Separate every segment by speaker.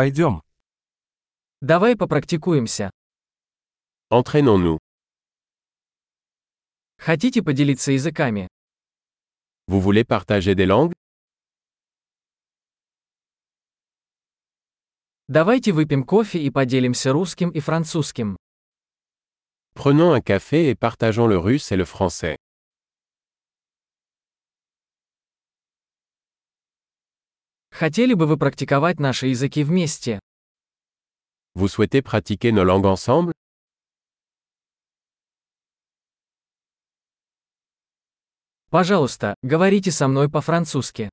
Speaker 1: Пойдем.
Speaker 2: Давай попрактикуемся.
Speaker 3: Entraînons-nous.
Speaker 2: Хотите поделиться языками?
Speaker 3: Vous voulez partager des langues
Speaker 2: Давайте выпьем кофе и поделимся русским и французским.
Speaker 3: Prenons un café et partageons le russe et le français.
Speaker 2: Хотели бы вы практиковать наши языки вместе?
Speaker 3: Vous souhaitez pratiquer nos langues ensemble
Speaker 2: Пожалуйста, говорите со мной по-французски.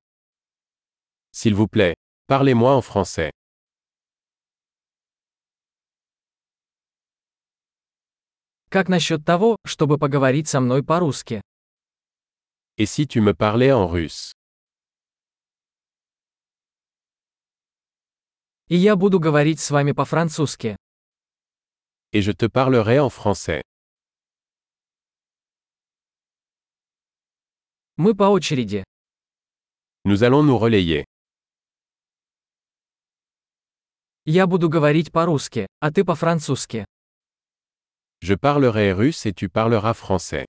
Speaker 3: S'il vous plaît, parlez-moi en français.
Speaker 2: Как насчет того, чтобы поговорить со мной по-русски?
Speaker 3: Et si tu me parlais en russe
Speaker 2: И я буду говорить с вами по-французски.
Speaker 3: Et je te parlerai en français.
Speaker 2: Мы по очереди.
Speaker 3: Nous allons nous relayer.
Speaker 2: Я буду говорить по-русски, а ты по-французски.
Speaker 3: Je parlerai russe et tu parleras français.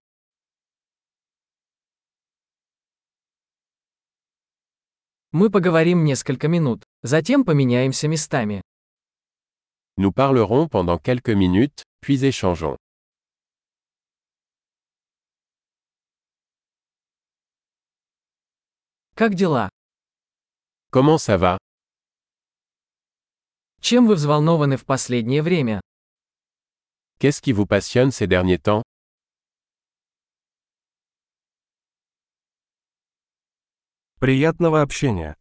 Speaker 2: Мы поговорим несколько минут, затем поменяемся местами.
Speaker 3: Nous parlerons pendant quelques minutes, puis échangeons.
Speaker 2: Как дела?
Speaker 3: Comment ça va
Speaker 2: Чем вы взволнованы в последнее время?
Speaker 3: Qu'est-ce qui vous passionne ces derniers temps
Speaker 1: Приятного общения.